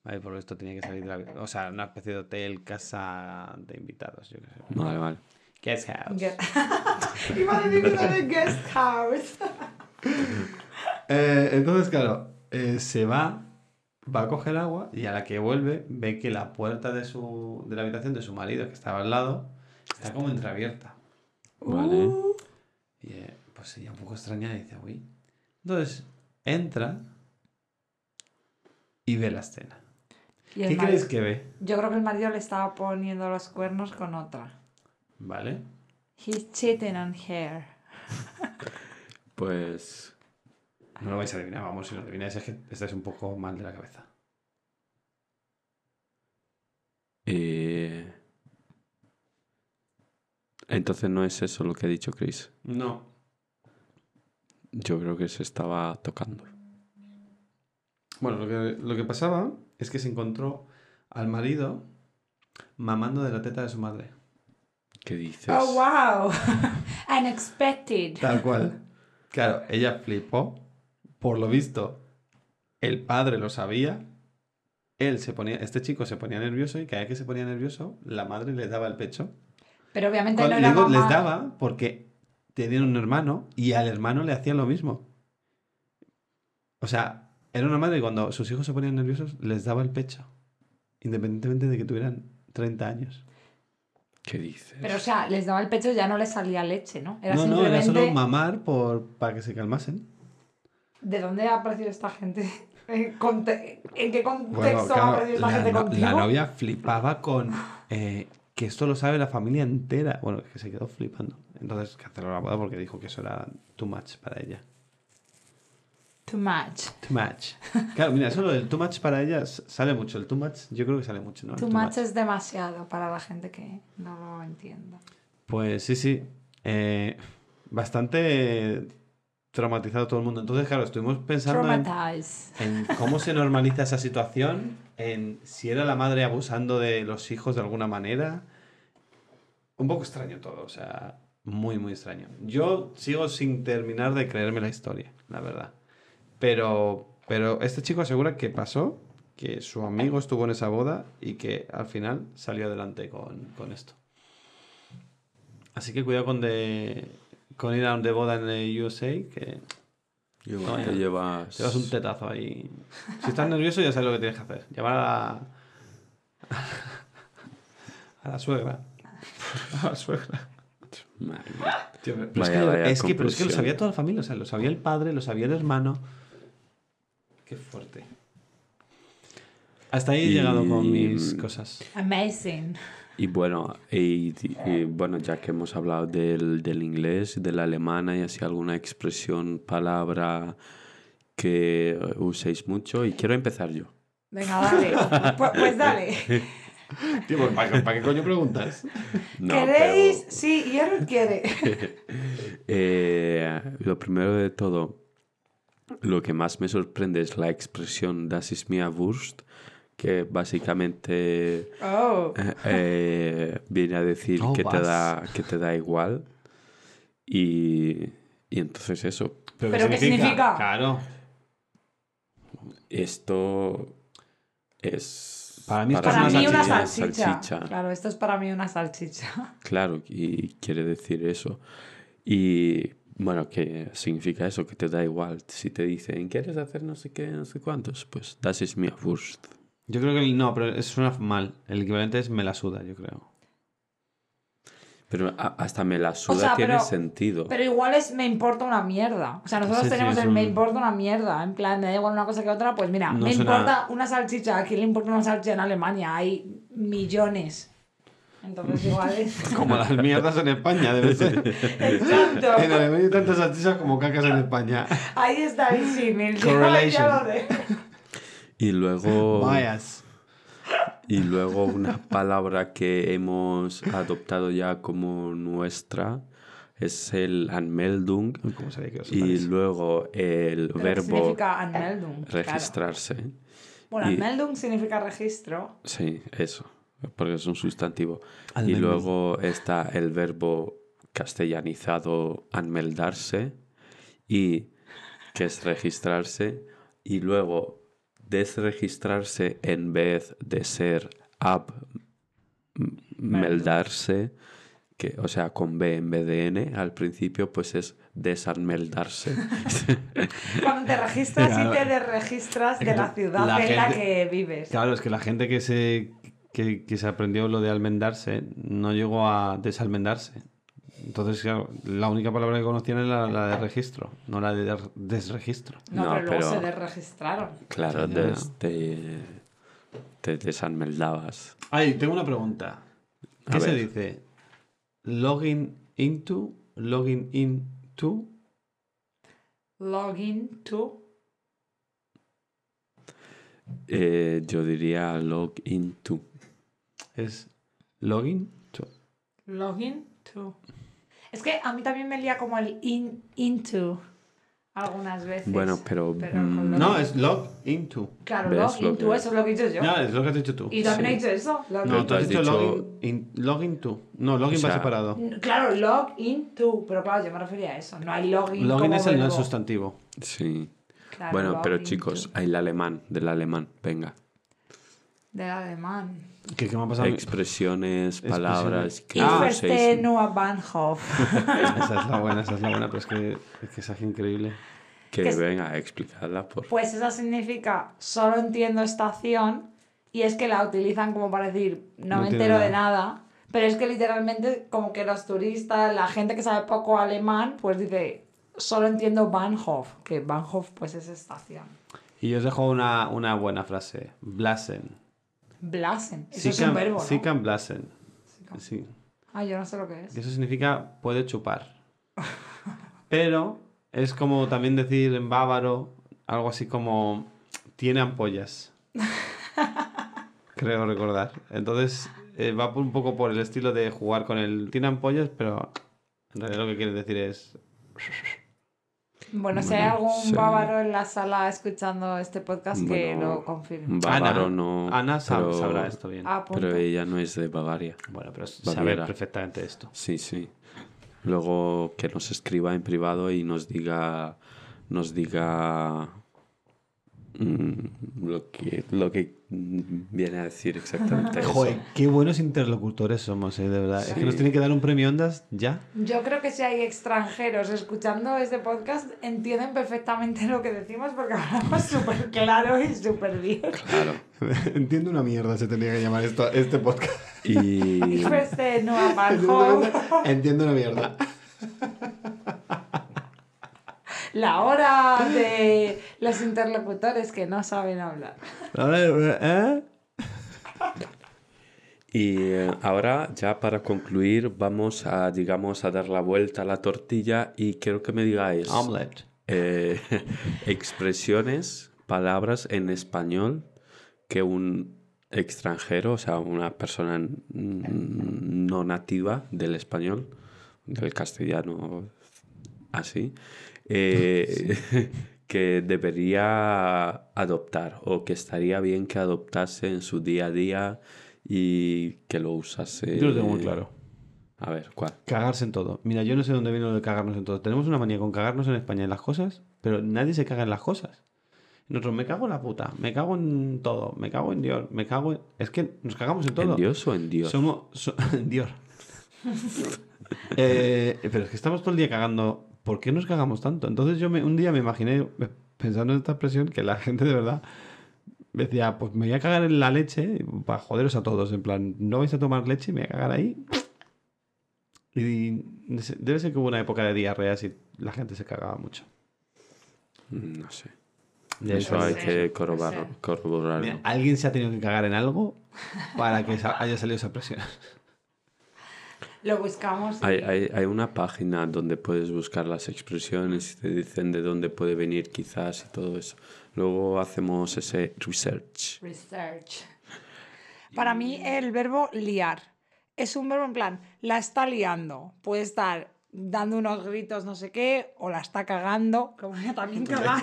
Speaker 5: Vale, por esto tenía que salir de la. O sea, una especie de hotel, casa de invitados, yo qué sé.
Speaker 4: Vale, vale.
Speaker 5: Guest house.
Speaker 6: Gue- <laughs> Iba a decir que era el guest house.
Speaker 5: Eh, entonces, claro, eh, se va, va a coger agua y a la que vuelve ve que la puerta de, su, de la habitación de su marido, que estaba al lado, está como entreabierta.
Speaker 6: Uh.
Speaker 4: Vale.
Speaker 5: Y eh, pues sería un poco extraña y dice, uy. Entonces, entra y ve la escena.
Speaker 6: Y el
Speaker 5: ¿Qué
Speaker 6: marido-
Speaker 5: crees que ve?
Speaker 6: Yo creo que el marido le estaba poniendo los cuernos con otra.
Speaker 5: ¿Vale?
Speaker 6: He's cheating on her.
Speaker 4: Pues.
Speaker 5: No lo vais a adivinar, vamos, si lo adivináis es que estáis un poco mal de la cabeza.
Speaker 4: eh, Entonces no es eso lo que ha dicho Chris.
Speaker 5: No.
Speaker 4: Yo creo que se estaba tocando.
Speaker 5: Bueno, lo que, lo que pasaba es que se encontró al marido mamando de la teta de su madre.
Speaker 4: ¿Qué dices?
Speaker 6: Oh, wow. <laughs> Unexpected.
Speaker 5: Tal cual. <laughs> Claro, ella flipó. Por lo visto, el padre lo sabía. Él se ponía, este chico se ponía nervioso y cada vez que se ponía nervioso, la madre le daba el pecho.
Speaker 6: Pero obviamente
Speaker 5: Cuando-
Speaker 6: no
Speaker 5: le
Speaker 6: era
Speaker 5: digo,
Speaker 6: mamá.
Speaker 5: les daba porque tenían un hermano y al hermano le hacían lo mismo. O sea, era una madre que cuando sus hijos se ponían nerviosos les daba el pecho. Independientemente de que tuvieran 30 años.
Speaker 4: ¿Qué dices?
Speaker 6: Pero o sea, les daba el pecho y ya no les salía leche, ¿no? Era
Speaker 5: no, no,
Speaker 6: simplemente...
Speaker 5: era solo mamar por, para que se calmasen.
Speaker 6: ¿De dónde ha aparecido esta gente? <laughs> ¿En, conte- en qué contexto
Speaker 5: Bueno,
Speaker 6: ha
Speaker 5: claro,
Speaker 6: aparecido esta
Speaker 5: la,
Speaker 6: gente
Speaker 5: no-
Speaker 6: contigo?
Speaker 5: la novia flipaba con eh, que esto lo sabe la familia entera. Bueno, que se quedó flipando. Entonces canceló la boda porque dijo que eso era too much para ella.
Speaker 6: Too much.
Speaker 5: Too much. Claro, mira, eso lo del too much para ella s- sale mucho. El too much, yo creo que sale mucho, ¿no? El
Speaker 6: Too much es demasiado para la gente que no lo entienda.
Speaker 5: Pues sí, sí. Eh, bastante traumatizado todo el mundo. Entonces, claro, estuvimos pensando en,
Speaker 6: Traumatize.
Speaker 5: en cómo se normaliza esa situación, en si era la madre abusando de los hijos de alguna manera. Un poco extraño todo, o sea, muy, muy extraño. Yo sigo sin terminar de creerme la historia, la verdad. Pero, pero este chico asegura que pasó, que su amigo estuvo en esa boda y que al final salió adelante con, con esto. Así que cuidado con, de, con ir a de boda en el USA, que
Speaker 4: Yo-
Speaker 5: No,
Speaker 4: te
Speaker 5: ya.
Speaker 4: llevas.
Speaker 5: te vas un tetazo ahí. Si estás nervioso, ya sabes lo que tienes que hacer. Llamar a la. <laughs> a la suegra. <laughs> A la suegra.
Speaker 4: Madre mía.
Speaker 5: Pero
Speaker 4: Vaya,
Speaker 5: es, que,
Speaker 4: vaya
Speaker 5: es que- pero es que lo
Speaker 4: comprensión.
Speaker 5: sabía toda la familia. O sea, lo sabía el padre, lo sabía el hermano. Qué fuerte. Hasta ahí he
Speaker 4: Y-
Speaker 5: llegado con mis cosas.
Speaker 1: Amazing.
Speaker 4: Y bueno, y- y bueno, ya que hemos hablado del, del inglés, de la alemana y así alguna expresión, palabra que uséis mucho, y quiero empezar yo.
Speaker 5: <laughs>
Speaker 6: Venga, dale. pues, pues dale.
Speaker 2: Tío, pues, ¿para, qué- para qué coño preguntas?
Speaker 4: No,
Speaker 6: ¿Queréis?
Speaker 4: pero,
Speaker 6: Sí, Jerry quiere.
Speaker 5: <laughs>
Speaker 4: eh, lo primero de todo, lo que más me sorprende es la expresión Das ist mir Wurst, que básicamente
Speaker 6: Oh.
Speaker 4: Eh, eh, viene a decir
Speaker 5: No
Speaker 4: que, te
Speaker 5: vas.
Speaker 4: da, que te da igual. Y, y entonces eso,
Speaker 6: ¿Pero qué significa?
Speaker 5: Claro.
Speaker 4: esto es...
Speaker 5: Para mí esto
Speaker 6: Para
Speaker 5: es
Speaker 6: mí una
Speaker 4: salchicha,
Speaker 6: salchicha.
Speaker 4: salchicha.
Speaker 6: Claro, esto es para mí una salchicha.
Speaker 4: Claro, y quiere decir eso. Y bueno, que significa eso, que te da igual. Si te dicen, ¿quieres hacer no sé qué, no sé cuántos? Pues das es mi Wurst.
Speaker 5: Yo creo que el- no, pero suena mal. El equivalente es me la suda, yo creo.
Speaker 4: Pero a- hasta me la suda
Speaker 6: sea,
Speaker 4: tiene
Speaker 6: pero-
Speaker 4: sentido.
Speaker 6: Pero igual es me importa una mierda. O sea, nosotros
Speaker 5: Sí, sí,
Speaker 6: tenemos
Speaker 5: es
Speaker 6: el
Speaker 5: un-
Speaker 6: me importa una mierda. En plan, me da igual una cosa que otra. Pues mira,
Speaker 5: No
Speaker 6: me
Speaker 5: suena-
Speaker 6: importa una salchicha. ¿A quién le importa una salchicha en Alemania? Hay millones. Entonces igual
Speaker 5: <laughs>
Speaker 6: es...
Speaker 5: Como las mierdas en España, debe ser.
Speaker 4: <laughs>
Speaker 5: En
Speaker 6: Exacto.
Speaker 5: Alemania hay tantas salchichas como cacas en España.
Speaker 6: Ahí está el símil. Ya- ya
Speaker 5: Correlation.
Speaker 6: lo de-
Speaker 4: Y luego...
Speaker 5: Bias.
Speaker 4: Y luego una palabra que hemos adoptado ya como nuestra es el Anmeldung
Speaker 5: ¿Cómo sabía que os
Speaker 4: y
Speaker 5: parece?
Speaker 4: luego el
Speaker 6: Pero
Speaker 4: verbo
Speaker 6: significa Anmeldung. claro.
Speaker 4: registrarse.
Speaker 6: Bueno,
Speaker 4: y-
Speaker 6: Anmeldung significa registro.
Speaker 4: Sí, eso, porque es un sustantivo. Y
Speaker 5: Anmeldung.
Speaker 4: luego está el verbo castellanizado anmeldarse y que es registrarse y luego desregistrarse en vez de ser abmeldarse, que, o sea, con B en vez de N al principio, pues es
Speaker 6: <laughs>
Speaker 4: desanmeldarse.
Speaker 6: Cuando te registras
Speaker 5: Claro.
Speaker 6: y te desregistras de la ciudad
Speaker 5: La
Speaker 6: en la
Speaker 5: gente-
Speaker 6: que vives.
Speaker 5: Claro, es que la gente que se, que, que se aprendió lo de almendarse no llegó a desalmendarse. Entonces, claro, la única palabra que conocían era la, la de registro, no la de der- desregistro.
Speaker 6: No,
Speaker 4: No,
Speaker 6: pero luego
Speaker 4: pero-
Speaker 6: se desregistraron.
Speaker 4: Claro,
Speaker 5: Sí, ya.
Speaker 4: des- te, te desanmeldabas.
Speaker 5: Ay, tengo una pregunta.
Speaker 4: A
Speaker 5: ¿Qué se
Speaker 4: ver.
Speaker 5: dice? Login into, login into.
Speaker 6: Login to.
Speaker 4: Eh, yo diría log into.
Speaker 5: Es login to.
Speaker 6: Login to. Es que a mí también me lía como el in, into algunas veces.
Speaker 4: Bueno, pero,
Speaker 6: Pero con
Speaker 4: mm,
Speaker 6: lo-
Speaker 5: No, es log into.
Speaker 6: claro,
Speaker 4: ves
Speaker 6: login
Speaker 4: lo
Speaker 6: to,
Speaker 4: que-
Speaker 6: eso es lo que he dicho yo.
Speaker 5: Ya, es lo que has dicho tú.
Speaker 6: y también he
Speaker 4: sí.
Speaker 6: dicho eso. login
Speaker 5: No,
Speaker 4: Pero
Speaker 5: tú
Speaker 4: tú
Speaker 5: has
Speaker 4: has
Speaker 5: dicho,
Speaker 4: dicho-
Speaker 5: login, in- login to. No, login
Speaker 4: O
Speaker 5: va
Speaker 4: sea,
Speaker 5: separado.
Speaker 6: N- Claro, login to. Pero claro, yo me refería a eso. No hay login.
Speaker 5: Login
Speaker 6: como
Speaker 5: es el no
Speaker 6: verbo.
Speaker 5: sustantivo.
Speaker 4: sí.
Speaker 6: Claro,
Speaker 4: Bueno, pero
Speaker 6: login
Speaker 4: chicos,
Speaker 6: to.
Speaker 4: el alemán, del alemán, venga.
Speaker 6: Del alemán.
Speaker 5: ¿Qué, qué me ha pasado?
Speaker 4: <laughs>
Speaker 5: a mí?
Speaker 4: Expresiones, palabras que
Speaker 6: Ich
Speaker 4: no
Speaker 6: verstehe
Speaker 4: uséis.
Speaker 6: nur Bahnhof.
Speaker 5: Esa es la buena, esa es la buena, pero es que, es que esa es increíble.
Speaker 4: Que
Speaker 6: que es-
Speaker 4: venga, explicarla por
Speaker 6: Pues esa significa solo entiendo estación y es que la utilizan como para decir no,
Speaker 5: No
Speaker 6: me
Speaker 5: entiendo
Speaker 6: entero de nada. Pero es que literalmente como que los turistas, la gente que sabe poco alemán, pues dice solo entiendo Bahnhof, que Bahnhof pues es estación.
Speaker 5: Y yo os dejo una, una buena frase. Blasen.
Speaker 6: Blasen, eso
Speaker 5: Sie
Speaker 6: es un
Speaker 5: kann-
Speaker 6: verbo, ¿no?
Speaker 5: sie kann blasen.
Speaker 6: Sie kann-
Speaker 5: Sí.
Speaker 6: Ah, yo no sé lo que es.
Speaker 5: Y eso significa puede chupar. Pero es como también decir en bávaro algo así como tiene ampollas.
Speaker 6: <laughs>
Speaker 5: Creo recordar. Entonces eh, va por- un poco por el estilo de jugar con el tiene ampollas, pero en realidad lo que quiere decir es
Speaker 6: Bueno, si hay
Speaker 4: Bueno,
Speaker 6: algún
Speaker 4: sí.
Speaker 6: bávaro en la sala escuchando este podcast que
Speaker 4: Bueno,
Speaker 6: lo confirme.
Speaker 4: bávaro
Speaker 5: Ana,
Speaker 4: no.
Speaker 5: Ana sab-
Speaker 4: pero-
Speaker 5: sabrá esto bien.
Speaker 6: Ah, punto.
Speaker 4: Pero ella no es de Bavaria.
Speaker 5: Bueno, pero sabe
Speaker 4: Baviera.
Speaker 5: perfectamente esto.
Speaker 4: Sí, sí. Luego que nos escriba en privado y nos diga. Nos diga. mm, lo que, lo que mm, viene a decir
Speaker 6: <laughs>
Speaker 4: exactamente. eso.
Speaker 5: Joder, qué buenos interlocutores somos, eh, de verdad. Es que nos tienen que dar un premio Ondas ya.
Speaker 6: Yo creo que si hay extranjeros escuchando este podcast, entienden perfectamente lo que decimos porque hablamos súper claro y súper bien.
Speaker 4: Claro.
Speaker 5: <laughs> Entiendo una mierda, se tendría que llamar esto, este podcast. <laughs>
Speaker 4: Y.
Speaker 6: Y este Noah Bajo,
Speaker 5: Entiendo una mierda.
Speaker 6: la hora de los interlocutores que no saben hablar.
Speaker 4: Y eh, ahora, ya para concluir, vamos a, digamos, a dar la vuelta a la tortilla y quiero que me digáis
Speaker 5: Omelette.
Speaker 4: eh, <laughs> expresiones, palabras en español que un extranjero, o sea, una persona mm, no nativa del español, del castellano, así,
Speaker 5: <laughs>
Speaker 4: eh, que debería adoptar o que estaría bien que adoptase en su día a día y que lo usase.
Speaker 5: Yo lo tengo muy claro.
Speaker 4: A ver, ¿cuál?
Speaker 5: Cagarse en todo. Mira, yo no sé dónde viene lo de cagarnos en todo. Tenemos una manía con cagarnos en España en las cosas, pero nadie se caga en las cosas. Nosotros me cago en la puta, me cago en todo, me cago en Dios, me cago en... Es que nos cagamos en todo.
Speaker 4: ¿En Dios o en Dios?
Speaker 5: Somos. so- <laughs> Dior. Eh, pero es que estamos todo el día cagando. ¿Por qué nos cagamos tanto? Entonces yo me- un día me imaginé, pensando en esta expresión, que la <laughs> gente de verdad decía, pues me voy a cagar en la leche para joderos a todos. En plan, no vais a tomar leche, me voy a cagar ahí. Y debe ser que hubo una época de diarreas y la gente se cagaba mucho.
Speaker 4: Mm, No sé.
Speaker 5: De
Speaker 4: Eso
Speaker 5: hecho,
Speaker 4: hay
Speaker 6: sé,
Speaker 4: que
Speaker 6: no
Speaker 4: corroborarlo.
Speaker 6: sé.
Speaker 4: corroborarlo.
Speaker 5: mira, Alguien se ha tenido que cagar en algo para que sa- haya salido esa expresión.
Speaker 6: Lo buscamos. y-
Speaker 4: Hay, hay- hay una página donde puedes buscar las expresiones y te dicen de dónde puede venir quizás y todo eso. Luego hacemos ese research.
Speaker 6: Research. Para mí el verbo liar es un verbo en plan, la está liando. Puede estar dando unos gritos no sé qué o la está cagando, como yo también cagar.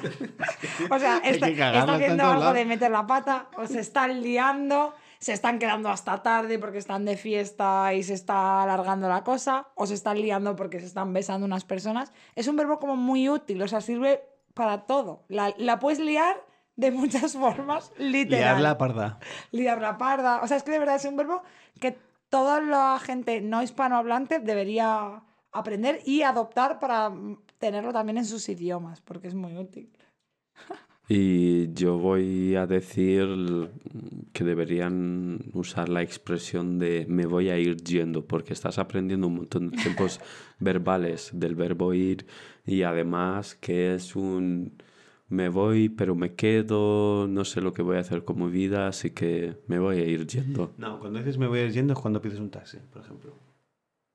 Speaker 6: o sea, este, está,
Speaker 5: que cagarla,
Speaker 6: está
Speaker 5: está en
Speaker 6: haciendo
Speaker 5: todos
Speaker 6: algo
Speaker 5: lados.
Speaker 6: de meter la pata o se están liando, se están quedando hasta tarde porque están de fiesta y se está alargando la cosa o se están liando porque se están besando unas personas. Es un verbo como muy útil, o sea, sirve para todo. La, la puedes liar de muchas <laughs> formas, literal.
Speaker 5: Liar la parda.
Speaker 6: Liar la parda. O sea, es que de verdad es un verbo que toda la gente no hispanohablante debería aprender y adoptar para tenerlo también en sus idiomas, porque es muy útil.
Speaker 4: Y yo voy a decir que deberían usar la expresión de me voy a ir yendo, porque estás aprendiendo un montón de tiempos verbales del verbo ir y además que es un me voy pero me quedo, no sé lo que voy a hacer con mi vida, así que me voy a ir yendo.
Speaker 5: No, cuando dices me voy a ir yendo es cuando pides un taxi, por ejemplo.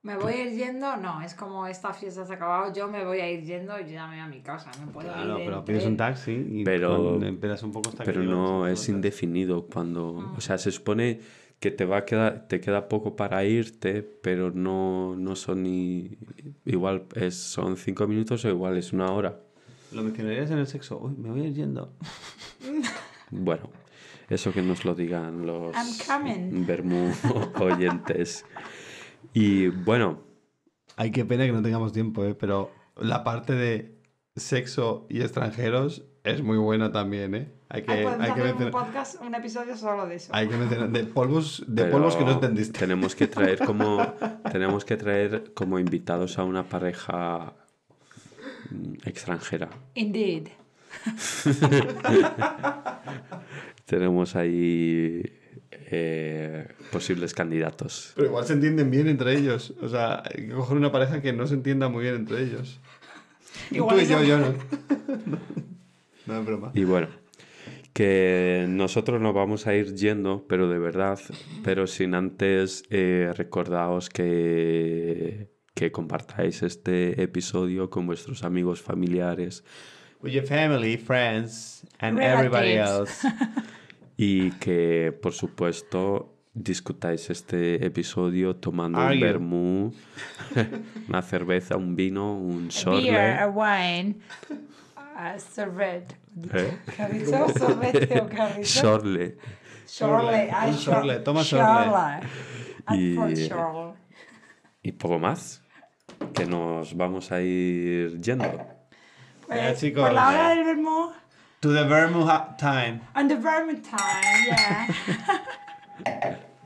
Speaker 6: Me voy a ir yendo, no, es como esta fiesta se ha acabado, yo me voy a ir yendo, yo ya me voy a mi casa, me puedo ir.
Speaker 5: Claro, pero
Speaker 6: entre-
Speaker 5: pides un taxi y
Speaker 4: Pero-
Speaker 5: con- esperas un poco hasta que
Speaker 4: Pero
Speaker 5: llegue,
Speaker 4: no
Speaker 5: hasta
Speaker 4: es
Speaker 5: que-
Speaker 4: indefinido cuando,
Speaker 6: Ah.
Speaker 4: o sea, se supone que te va a quedar, te queda poco para irte, pero no, no son ni igual es, son cinco minutos o igual es una hora.
Speaker 5: Lo mencionarías en el sexo. Uy, me voy a ir yendo.
Speaker 4: Bueno, eso que nos lo digan los
Speaker 6: I'm coming.
Speaker 4: Bermú <laughs> oyentes. Y bueno,
Speaker 5: Ay, qué pena que no tengamos tiempo, ¿eh? Pero la parte de sexo y extranjeros es muy buena también, ¿eh? Hay que,
Speaker 6: Ay, podemos
Speaker 5: hay que
Speaker 6: hacer un
Speaker 5: mencionar...
Speaker 6: podcast, un episodio solo de eso.
Speaker 5: Hay que mencionar... De polvos, de
Speaker 4: pero
Speaker 5: polvos que no entendiste.
Speaker 4: Tenemos que traer
Speaker 5: <laughs>
Speaker 4: como tenemos que traer como invitados a una pareja mm, extranjera.
Speaker 6: Indeed.
Speaker 4: Tenemos ahí eh, posibles candidatos.
Speaker 5: Pero igual se entienden bien entre ellos. O sea, hay que coger una pareja que no se entienda muy bien entre ellos.
Speaker 6: Igual
Speaker 5: Tú y
Speaker 6: es
Speaker 5: yo,
Speaker 6: un-
Speaker 5: yo <laughs> no. No es broma.
Speaker 4: Y bueno, que nosotros nos vamos a ir yendo, pero de verdad, pero sin antes eh, recordaos que, que compartáis este episodio con vuestros amigos familiares
Speaker 5: With your family, friends, and
Speaker 6: everybody Relatives.
Speaker 5: else.
Speaker 4: y que, por supuesto, discutáis este episodio tomando
Speaker 5: Are
Speaker 4: un
Speaker 5: you?
Speaker 4: vermú, <laughs> una cerveza, un vino, un
Speaker 1: A beer, a
Speaker 4: sorle.
Speaker 1: wine.
Speaker 6: Ah, sorbet.
Speaker 4: ¿Eh?
Speaker 6: ¿Qué
Speaker 5: <laughs>
Speaker 6: ha dicho? Sorbete o qué ha dicho?
Speaker 4: Sorle.
Speaker 6: Shorle. Ay,
Speaker 5: Un shorle, toma
Speaker 6: shorle.
Speaker 4: Y-
Speaker 6: And for shorle.
Speaker 4: Y poco más, que nos vamos a ir yendo.
Speaker 6: Pues,
Speaker 5: Ya, chicos.
Speaker 6: Por la hora del vermú.
Speaker 5: To the vermouth time.
Speaker 6: And the vermouth time, yeah.